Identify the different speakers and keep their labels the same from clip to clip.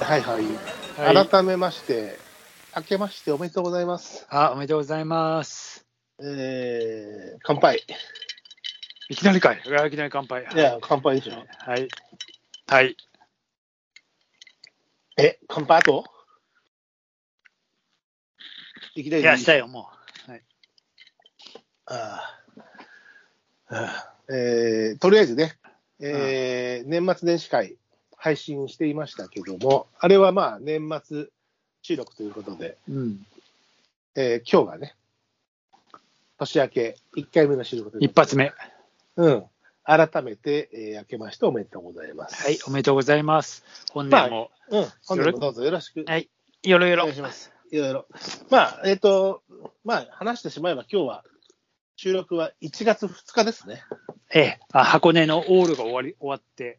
Speaker 1: はいはい。
Speaker 2: はい、
Speaker 1: 改めまして、明けましておめでとうございます。
Speaker 2: あ、おめでとうございます。
Speaker 1: えー、乾杯。
Speaker 2: いきなりかい。うわいきなり乾杯。
Speaker 1: いや、乾杯でしょ。
Speaker 2: はい。はい。
Speaker 1: え、乾杯あといきないり。
Speaker 2: や、したよ、も
Speaker 1: ああああえーとりあえずね、えー年末年始会配信していましたけども、あれはまあ年末収録ということで、
Speaker 2: う。うん。
Speaker 1: えー今日がね、年明け1回目の収録という
Speaker 2: 一
Speaker 1: ことで
Speaker 2: 発目。は
Speaker 1: うん。改めて、えー明けましておめでとうございます。
Speaker 2: い、おめでとうございます。本年も、
Speaker 1: うん。本年もどうぞよろしく
Speaker 2: はい。よろよ
Speaker 1: お
Speaker 2: ろ
Speaker 1: 願い。します。いろいろ。まあ、えっ、と、まあ、話してしまえば今日は、収録は1月2日ですね。
Speaker 2: ええ、あ箱根のオールが終わり終わって、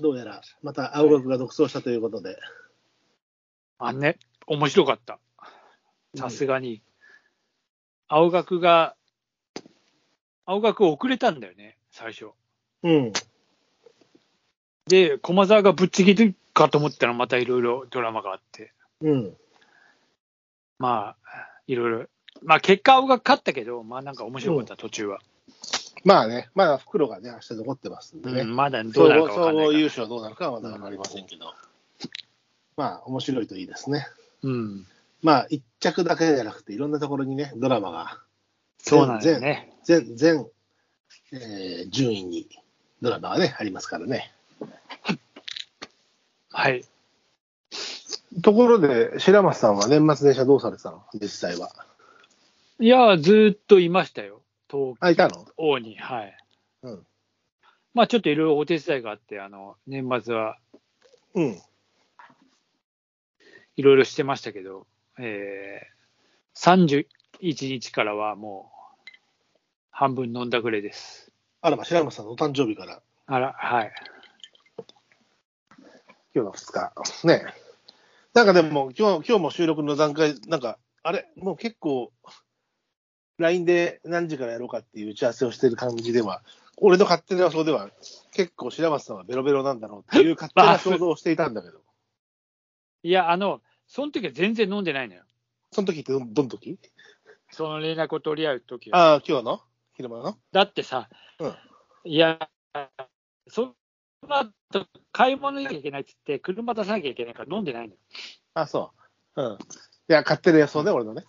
Speaker 1: どうやら、また青学が独走したということで。
Speaker 2: あのね、面白かった。さす
Speaker 1: が。
Speaker 2: がに。青学が、青学遅れたんだよね、最初。
Speaker 1: うん。
Speaker 2: で、駒沢がぶっちぎるかと思ったら、またいろいろドラマがあって、
Speaker 1: うん。
Speaker 2: まあ、いろいろ、まあ、結果、青学勝ったけど、まあ、なんか面白かった、途中は。
Speaker 1: まあね、まだ袋がね、明日残ってますんで
Speaker 2: う
Speaker 1: ね。
Speaker 2: ん、まだど
Speaker 1: 総
Speaker 2: うなる
Speaker 1: 合
Speaker 2: かわか
Speaker 1: 総
Speaker 2: んな
Speaker 1: 合
Speaker 2: い
Speaker 1: 優
Speaker 2: か
Speaker 1: 勝どうなるかはまだわかりませんけど。まあ、面白いといいですね。
Speaker 2: ら。うん、
Speaker 1: まあ、一着だけじゃなくて、いろんなところにね、ドラマが。
Speaker 2: そうなんだよね。
Speaker 1: 全、全、えー、順位にドラマはね、ありますからね。
Speaker 2: はい。
Speaker 1: ところで、白松さんは年末電車どうされてたの実際は。
Speaker 2: いや、ずーっといましたよ、東
Speaker 1: あ、いたの
Speaker 2: 京に。はい。
Speaker 1: うん。
Speaker 2: まあ、ちょっといろいろお手伝いがあって、あの、年末は
Speaker 1: うん。
Speaker 2: いろいろしてましたけど、えー、31日からはもう、半分飲んだくれです。
Speaker 1: あらま、白松さんのお誕生日から、
Speaker 2: あら、はい。
Speaker 1: 今日の2日。ね。なんかでも、今日、今日も収録の段階、なんか、あれ、もう結構、LINE で何時からやろうかっていう打ち合わせをしてる感じでは、俺の勝手な予想では、結構白松さんはベロベロなんだろうっていう勝手な想像をしていたんだけど、
Speaker 2: いや、あの、その時は全然飲んでないのよ。
Speaker 1: その時ってどどの時
Speaker 2: その連絡を取り合う時 は。
Speaker 1: ああ、今日の昼間の
Speaker 2: だってさ、
Speaker 1: うん
Speaker 2: いや、その後買い物行かなきゃいけないっつって、車出さなきゃいけないから飲んでないのよ。
Speaker 1: あ、そう。うん。いや、勝手な予想ね、俺のね。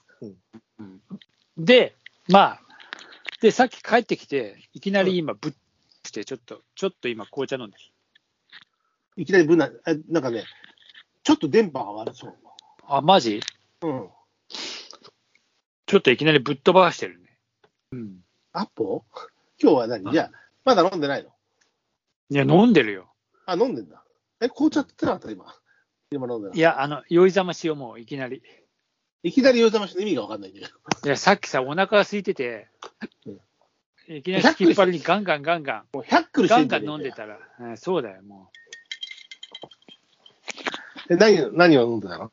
Speaker 2: で、まあ、で、さっき帰ってきて、いきなり今、ぶっして、ちょっと、ちょっと今、紅茶飲んでる。
Speaker 1: いきなりぶな、えなんかね、ちょっと電波が悪そう。
Speaker 2: あ、マジ
Speaker 1: うん。
Speaker 2: ちょっといきなりぶっ飛ばしてるね。うん。
Speaker 1: アッポー今日は何じゃあ、まだ飲んでないの
Speaker 2: いや、飲んでるよ。
Speaker 1: あ、飲んでんだ。え、紅茶って言ってなかった今。今飲んでない
Speaker 2: い。や、あの、酔いざましよ、もう、いきなり。
Speaker 1: いきなり酔いざましの意味がわかんないけど。
Speaker 2: いや、さっきさ、お腹が空いてて
Speaker 1: う、
Speaker 2: いきなり引きっ張りにガンガンガンガン。
Speaker 1: もう100クルして
Speaker 2: ガ
Speaker 1: る
Speaker 2: ンガン飲んでたら、うんそうだよ、も
Speaker 1: え、何を、何を飲んでたの
Speaker 2: う。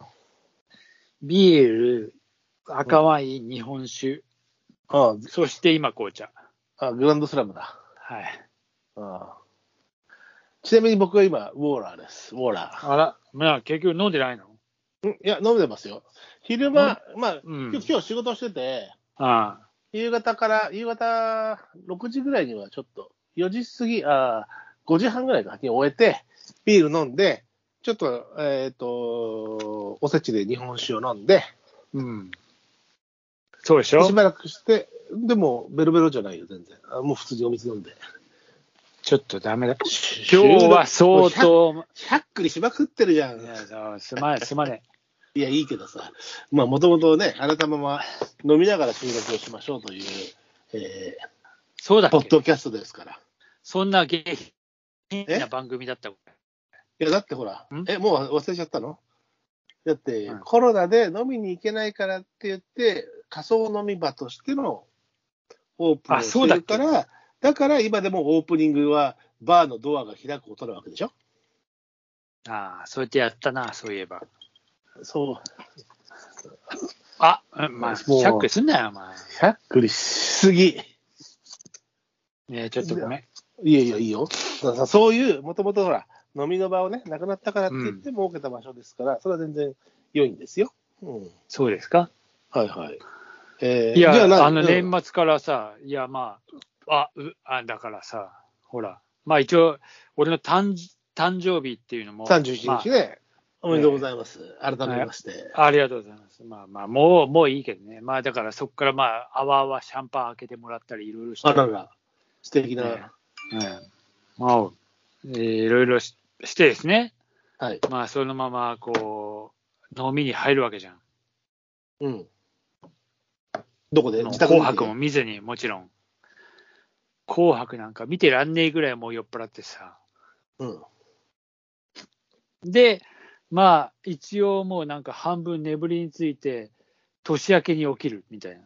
Speaker 2: ビール、赤ワイン、日本酒、
Speaker 1: あ
Speaker 2: そして今、紅茶。
Speaker 1: ああ、グランドスラムだ。
Speaker 2: はい。
Speaker 1: ああちなみに僕は今、ウォーラーです。ウォーラ
Speaker 2: あら、まあ、結局飲んでないの
Speaker 1: ー。んいや、飲んでますよ。昼間、まあ、
Speaker 2: うん
Speaker 1: 今日今日仕事してて、
Speaker 2: ああ。
Speaker 1: 夕方から、夕方6時ぐらいにはちょっと、4時過ぎ、あー5時半ぐらいかに終えて、ビール飲んで、ちょっと、えっ、と、おせちで日本酒を飲んで、
Speaker 2: うん。そうでしょ
Speaker 1: しばらくして、でも、ベロベロじゃないよ、全然。あもう普通にお水飲んで。
Speaker 2: ちょっとダメだ。今日は相当、
Speaker 1: ひゃっくりしまくってるじゃん。
Speaker 2: いやそうすまねすまね
Speaker 1: いや、いいけどさ。まあ、もともとね、改めま飲みながら収録をしましょうという、え
Speaker 2: そうだ
Speaker 1: ー、ポ
Speaker 2: っ
Speaker 1: ッ
Speaker 2: け
Speaker 1: ドキャストですから。
Speaker 2: そんな下品な番組だった。
Speaker 1: いや、だってほら
Speaker 2: ん、
Speaker 1: え、もう忘れちゃったのだって、
Speaker 2: うん
Speaker 1: コロナで飲みに行けないからって言って、仮想飲み場としてのオープンを
Speaker 2: あ
Speaker 1: して
Speaker 2: そうだっ
Speaker 1: る
Speaker 2: け
Speaker 1: から、だから今でもオープニングは、バーのドアが開く音なわけでしょ
Speaker 2: ああ、そうやってやったな、そういえば。
Speaker 1: そう。
Speaker 2: あ、うんまあ、シ
Speaker 1: もう
Speaker 2: ャックすんなよ、お前。
Speaker 1: しゃっくりしすぎ。
Speaker 2: ねちょっとごめん。
Speaker 1: いやいや、いいよ。だからさそういう、もともとほら、飲みの場をね、なくなったからって言って設けた場所ですから、それは全然良いんですよ。うん。
Speaker 2: そうですか
Speaker 1: はいはい。えー
Speaker 2: いや、
Speaker 1: じゃな
Speaker 2: あの
Speaker 1: うん
Speaker 2: 年末からさ、いや、まあ、あ、う、あ、だからさ、ほら、まあ一応、俺の誕誕生日っていうのも、ま
Speaker 1: 31
Speaker 2: あ
Speaker 1: 日ね、おめでとうございます。改めまして。
Speaker 2: ありがとうございます。まあまあ、もう、もういいけどね。まあだからそこからまあ、あわあわシャンパン開けてもらったり、いろいろして
Speaker 1: あらら、素敵な、
Speaker 2: ねうんまあ、えーいろいろししてですね、
Speaker 1: はい。
Speaker 2: まあそのまま、こう、飲みに入るわけじゃん。
Speaker 1: うん。どこで自宅
Speaker 2: 紅
Speaker 1: に
Speaker 2: 白も見ずに、もちろん。紅白なんか見てらんねえぐらいもう酔っ払ってさ。
Speaker 1: うん。
Speaker 2: で、まあ、一応もうなんか半分眠りについて、年明けに起きるみたい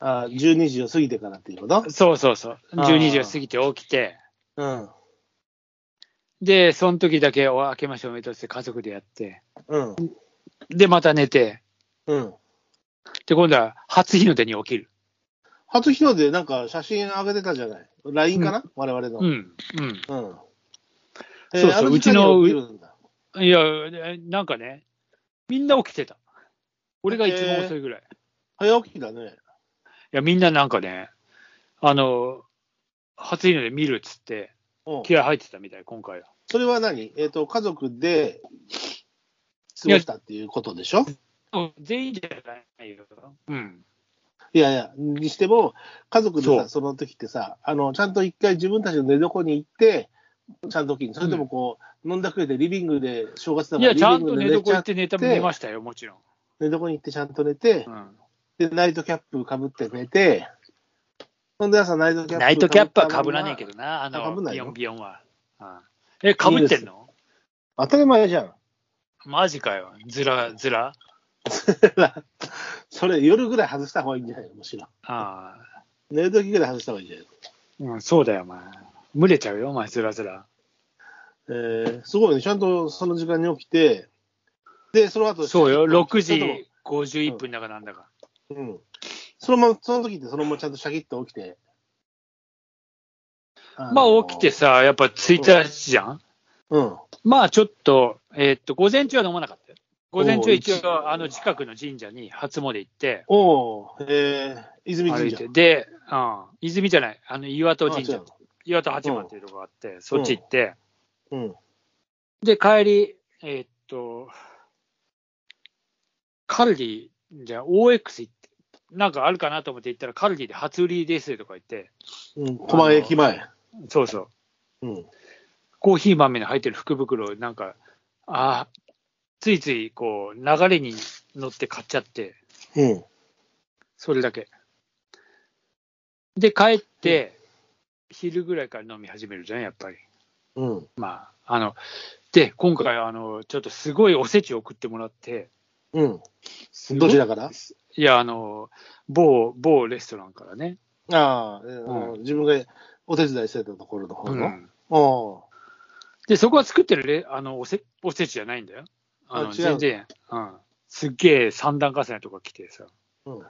Speaker 1: あ12時を過ぎてからっていうこと
Speaker 2: な。そうそうそう。
Speaker 1: あー
Speaker 2: 12時を過ぎて起きて、
Speaker 1: うん。
Speaker 2: で、その時だけお明けましておめでとうって家族でやって、
Speaker 1: うん。
Speaker 2: で、また寝て、
Speaker 1: うん。
Speaker 2: で、今度は初日の出に起きる。
Speaker 1: 初日の出、なんか写真上げてたじゃない。LINE かな、我々の。
Speaker 2: うん、うん。
Speaker 1: うん。
Speaker 2: そうそう
Speaker 1: あ
Speaker 2: うちの
Speaker 1: 時間に起きるんだ
Speaker 2: いや、えなんかね、みんな起きてた。俺が一番遅いぐらい。
Speaker 1: 早起きだね。
Speaker 2: いや、みんななんかね、あの、初日の出見るっつって、
Speaker 1: うん。
Speaker 2: 気合入ってたみたい、今回は。
Speaker 1: それは何えっ、と、家族で過ごしたっていうことでしょ
Speaker 2: 全員じゃないよ。うん。
Speaker 1: いやいや、にしても、家族で
Speaker 2: そ
Speaker 1: さ、
Speaker 2: う
Speaker 1: その時ってさ、あの、ちゃんと一回自分たちの寝床に行って、ちゃんと起きる。それでもこう、飲んだくれてリビングで正月だ
Speaker 2: い
Speaker 1: から
Speaker 2: や、
Speaker 1: リ
Speaker 2: ちゃ
Speaker 1: ビン
Speaker 2: ん
Speaker 1: グ
Speaker 2: と
Speaker 1: で
Speaker 2: 寝
Speaker 1: 寝
Speaker 2: 床
Speaker 1: ち
Speaker 2: 行
Speaker 1: ゃ
Speaker 2: っ
Speaker 1: って、
Speaker 2: て寝た見ましたよ、もちろん。
Speaker 1: 寝床に行ってちゃんと寝て
Speaker 2: う、ん、
Speaker 1: で、ナイトキャップかぶって寝て、ほんで朝ナイトキャップ
Speaker 2: ナイトキャップはかぶらねえけ
Speaker 1: ど。
Speaker 2: どな、あ
Speaker 1: あ被
Speaker 2: の、
Speaker 1: んない
Speaker 2: ビ
Speaker 1: の
Speaker 2: ヨンビヨンは。うんえ、かぶってんの
Speaker 1: 当たり前じゃん。
Speaker 2: マジかよ。ずら、ずら。
Speaker 1: それ夜ぐらい外した方がいいんじゃないのむしろ。
Speaker 2: あ
Speaker 1: 寝る時ぐらい外した方がいいんじゃない
Speaker 2: あ、うん、そうだよ、お前。群れちゃうよ、お前、ずらずら。
Speaker 1: のえー、すごいね。ちゃんとその時間に起きて、で、その後、
Speaker 2: そうよ、6
Speaker 1: ちゃん
Speaker 2: 時51分だかなんだか。
Speaker 1: とうん。そのまま、その時ってそのままちゃんとシャキッと起きて。あ
Speaker 2: ま
Speaker 1: の
Speaker 2: あ、起きて。さ、やっぱ1日じゃん。
Speaker 1: うん。
Speaker 2: まあ、ちょっと、えーっと、午前中は飲まなかったよ。午前中は一
Speaker 1: おー
Speaker 2: 応、あの、近くの神社に初詣行って、
Speaker 1: おー、えー、泉
Speaker 2: 歩
Speaker 1: 神
Speaker 2: い
Speaker 1: 社
Speaker 2: て。。で、うん、泉じゃない、あの岩戸神
Speaker 1: あ
Speaker 2: 社
Speaker 1: 違う、
Speaker 2: 岩戸八幡っていうとこがあって、そっち行って、
Speaker 1: うん。
Speaker 2: で、帰り、えーっと、カルディ、じゃあ OX 行って、なんかあるかなと思って行ったら、カルディで初売りですとか言って、
Speaker 1: うん。狛江駅前。
Speaker 2: そうそ
Speaker 1: う
Speaker 2: う、
Speaker 1: ん。
Speaker 2: コーヒー豆の入ってる福袋、なんか、あーついついこう、流れに乗って買っちゃって、
Speaker 1: うん。
Speaker 2: それだけ。で、帰って、昼ぐらいから飲み始めるじゃん、やっぱり。
Speaker 1: うん。
Speaker 2: まあ、あの、で、今回、あの、ちょっとすごいおせちを送ってもらって、
Speaker 1: うん。
Speaker 2: すご
Speaker 1: ど
Speaker 2: い
Speaker 1: ちらから
Speaker 2: いや、あの、某、某レストランからね、
Speaker 1: ああ、え
Speaker 2: う
Speaker 1: ー自分がお手伝いしてたところの方
Speaker 2: う
Speaker 1: の。
Speaker 2: ん
Speaker 1: おー
Speaker 2: で、そこは作ってるレあのおせおせちじゃないんだよ。あの
Speaker 1: あ違う
Speaker 2: 全然、うん。すっげえ三段重ねとか来てさ、
Speaker 1: うん。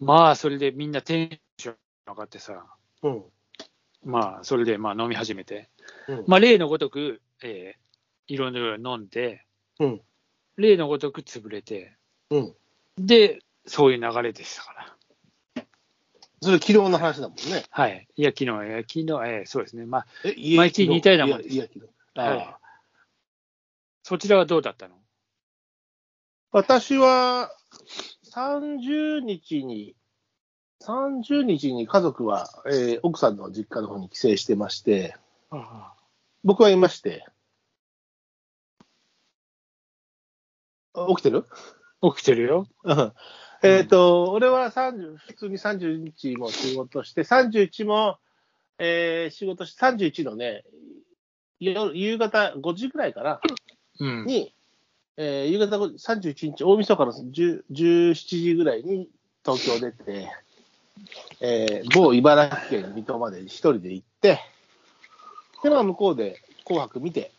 Speaker 2: まあ、それでみんなテンション上がってさ、
Speaker 1: うん。
Speaker 2: まあ、それで、まあ、飲み始めて、
Speaker 1: うん。
Speaker 2: まあ、例のごとく、えー、いろいろ飲んで、
Speaker 1: うん。
Speaker 2: 例のごとく潰れて、
Speaker 1: うん。
Speaker 2: で、そういう流れでしたから。
Speaker 1: それ昨日の話だもんね。
Speaker 2: はい。いや、昨日、えー昨日、えーそうですね。まあ、
Speaker 1: え、家
Speaker 2: 毎日似たようなもんです
Speaker 1: いや、いや昨日ああ
Speaker 2: はいそちらはどうだったの
Speaker 1: 私は、30日に、30日に家族は、えー奥さんの実家の方に帰省してまして、
Speaker 2: あ
Speaker 1: 僕はいまして。あ起きてる
Speaker 2: 起きてるよ。
Speaker 1: うんえっ、と、俺は30、普通に30日も仕事して、31も、えー仕事して、31のね、夜夕方5時ぐらいかな、
Speaker 2: うん。
Speaker 1: に、えー夕方5時、31日、大晦日の10 17時ぐらいに東京出て、えー某茨城県水戸まで一人で行って、で、まあ向こうで紅白見て、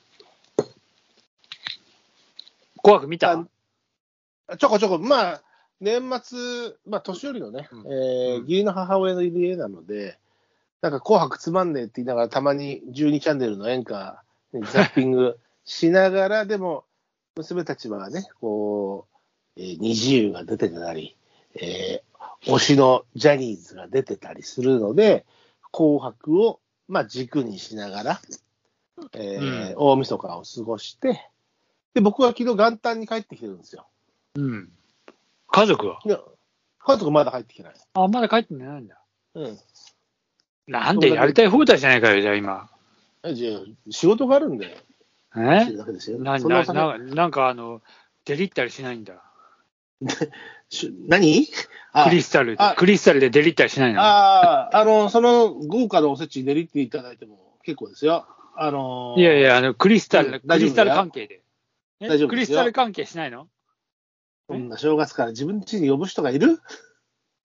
Speaker 2: 紅白見た
Speaker 1: あちょこちょこ、まあ、年末、まあ、年寄りのね、
Speaker 2: うん
Speaker 1: えー
Speaker 2: うん
Speaker 1: 義理の母親の家なので、なんか、紅白つまんねえって言いながら、たまに12チャンネルの演歌、ねザッピングしながら、 でも、娘たちはね、こう、えー、二自由が出てたり、えー推しのジャニーズが出てたりするので、紅白を、まあ、軸にしながら、えー
Speaker 2: うん
Speaker 1: 大晦日を過ごして、で、僕は昨日元旦に帰ってきてるんですよ。
Speaker 2: うん。家族はい
Speaker 1: や家族まだ帰ってきてない。
Speaker 2: あ、まだ帰ってないんだ。
Speaker 1: うん。
Speaker 2: なんでやりたい放題じゃないかよ、じゃあ今。
Speaker 1: えじゃあ仕事があるんだよ。
Speaker 2: え
Speaker 1: だけですよ
Speaker 2: な
Speaker 1: そんなお
Speaker 2: な
Speaker 1: 金
Speaker 2: ななんかあの、デリったりしないんだ。
Speaker 1: し何あ
Speaker 2: クリスタルで
Speaker 1: あ、
Speaker 2: クリスタルでデリったりしないの
Speaker 1: ああ、あの、その豪華なおせち練りっていただいても結構ですよ。あのー
Speaker 2: いやいや、あの、クリスタル、
Speaker 1: うん大
Speaker 2: ク
Speaker 1: 丈夫だよ
Speaker 2: リスタル関係で。え
Speaker 1: 大丈夫ですよ
Speaker 2: クリスタル関係しないの
Speaker 1: こんな正月から自分家に呼ぶ人がいる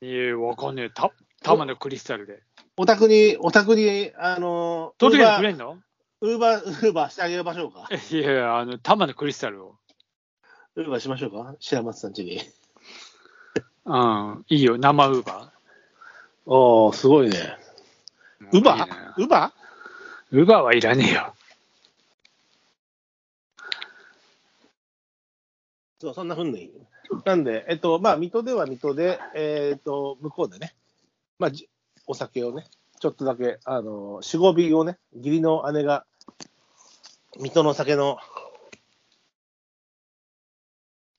Speaker 2: いや、わかんねえ。た、玉のクリスタルで。
Speaker 1: お宅に、お宅に、あのー、ウ
Speaker 2: 届
Speaker 1: ー
Speaker 2: けて
Speaker 1: バ
Speaker 2: く
Speaker 1: ー、
Speaker 2: れんの
Speaker 1: ウーバー、ウーバーしてあげましょうか。
Speaker 2: いやいや、あの、玉のクリスタルを。
Speaker 1: ウーバーしましょうか白松さん家に。
Speaker 2: うん、いいよ、生ウーバ
Speaker 1: おおすごいね。
Speaker 2: ー。
Speaker 1: ウーバ
Speaker 2: いいね
Speaker 1: ーウーバ
Speaker 2: ウーバーはいらねえよ。
Speaker 1: ーそう、そんなふんでいい。なんで、えっと、まあ、水戸では水戸で、えーっと、向こうでね、まあ、じお酒をね、ちょっとだけ、あのー、4、5瓶をね、義理の姉が、水戸の酒の、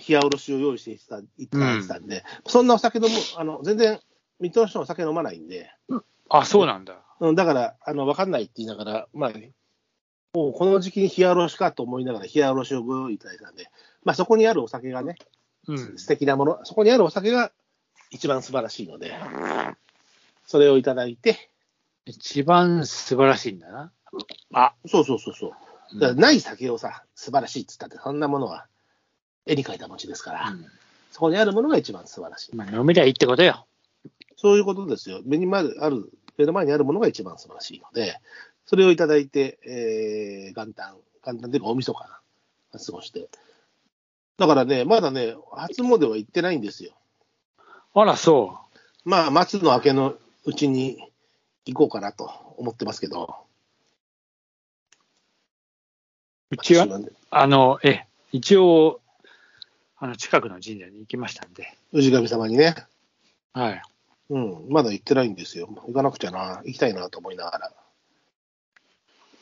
Speaker 1: 冷やおろしを用意していたいただいてたんで、そんなお酒のも、あの、全然、水戸の人はお酒飲まないんで、
Speaker 2: あ、そうなんだ。
Speaker 1: うん、だから、あの、わかんないって言いながら、まあ、もうこの時期に冷やおろしかと思いながら、冷やおろしをご用意いただいたんで、まあ、そこにあるお酒がね、
Speaker 2: うん。
Speaker 1: 素敵なもの、そこにあるお酒が一番素晴らしいので、それをいただいて、
Speaker 2: 一番素晴らしいんだな。あ、
Speaker 1: そうそうそうそうう、
Speaker 2: ん
Speaker 1: だからない酒をさ、素晴らしいって言ったって、そんなものは絵に描いた餅ですから、
Speaker 2: うん
Speaker 1: そこにあるものが一番素晴らしい。
Speaker 2: まあ、飲めりゃいいってことよ。
Speaker 1: そういうことですよ。目にまるある、目の前にあるものが一番素晴らしいので、それをいただいて、えー、元旦、元旦というか大晦日かな、過ごして。だからね、まだね、初詣は行ってないんですよ。
Speaker 2: あら、そ
Speaker 1: まあ、松の明けのうちに行こうかなと思ってますけど。
Speaker 2: う。うちは
Speaker 1: 私ね
Speaker 2: あの、え、一応、あの、近くの神社に行きましたんで。
Speaker 1: 氏神様にね。
Speaker 2: はい。
Speaker 1: うん、まだ行ってないんですよ。行かなくちゃな、行きたいなと思いながら。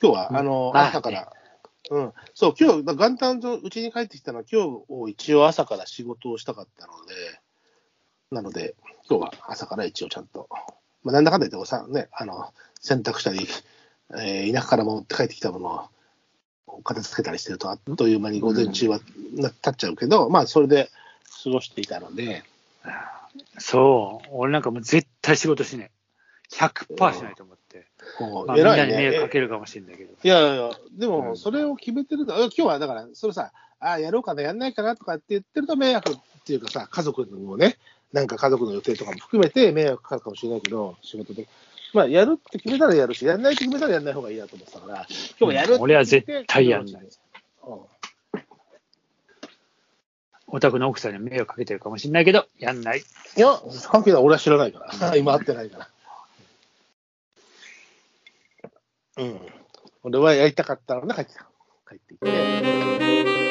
Speaker 1: 今日は、
Speaker 2: うん
Speaker 1: あの、
Speaker 2: まあね
Speaker 1: 朝から、うん、そう、今日、だ元旦のうちに帰ってきたのは、今日を一応朝から仕事をしたかったので、なので、今日は朝から一応ちゃんと、まあ、なんだかんだ言っておさ、ね、あの、洗濯したり、えー田舎から持って帰ってきたものをこう片付けたりしてると、あっという間に午前中はな経っちゃうけど、まあ、それで過ごしていたので、
Speaker 2: そう。俺なんかもう絶対仕事しねえ。100%しないと思って。
Speaker 1: こ
Speaker 2: まあ、
Speaker 1: う
Speaker 2: みん
Speaker 1: 偉
Speaker 2: ないに
Speaker 1: ね。
Speaker 2: 迷惑かけるかもしれないけど。
Speaker 1: いやいや、で
Speaker 2: うん
Speaker 1: も、それを決めてるの、今日はだから、それさ、ああ、やろうかな、やんないかなとかって言ってると迷惑っていうかさ、家族にもね、なんか家族の予定とかも含めて迷惑かかるかもしれないけど、仕事で。まあ、やるって決めたらやるし、やんないって決めたらやんない方がいいなと思ってたから、今日はやるって決めて、
Speaker 2: 俺は絶対やんない
Speaker 1: うん。
Speaker 2: お宅の奥さんに迷惑かけてるかもしれないけど、やんない。
Speaker 1: いや、関係ない、俺は知らないから、今会ってないから。うん。俺はやりたかったので帰ってきた。帰ってきて。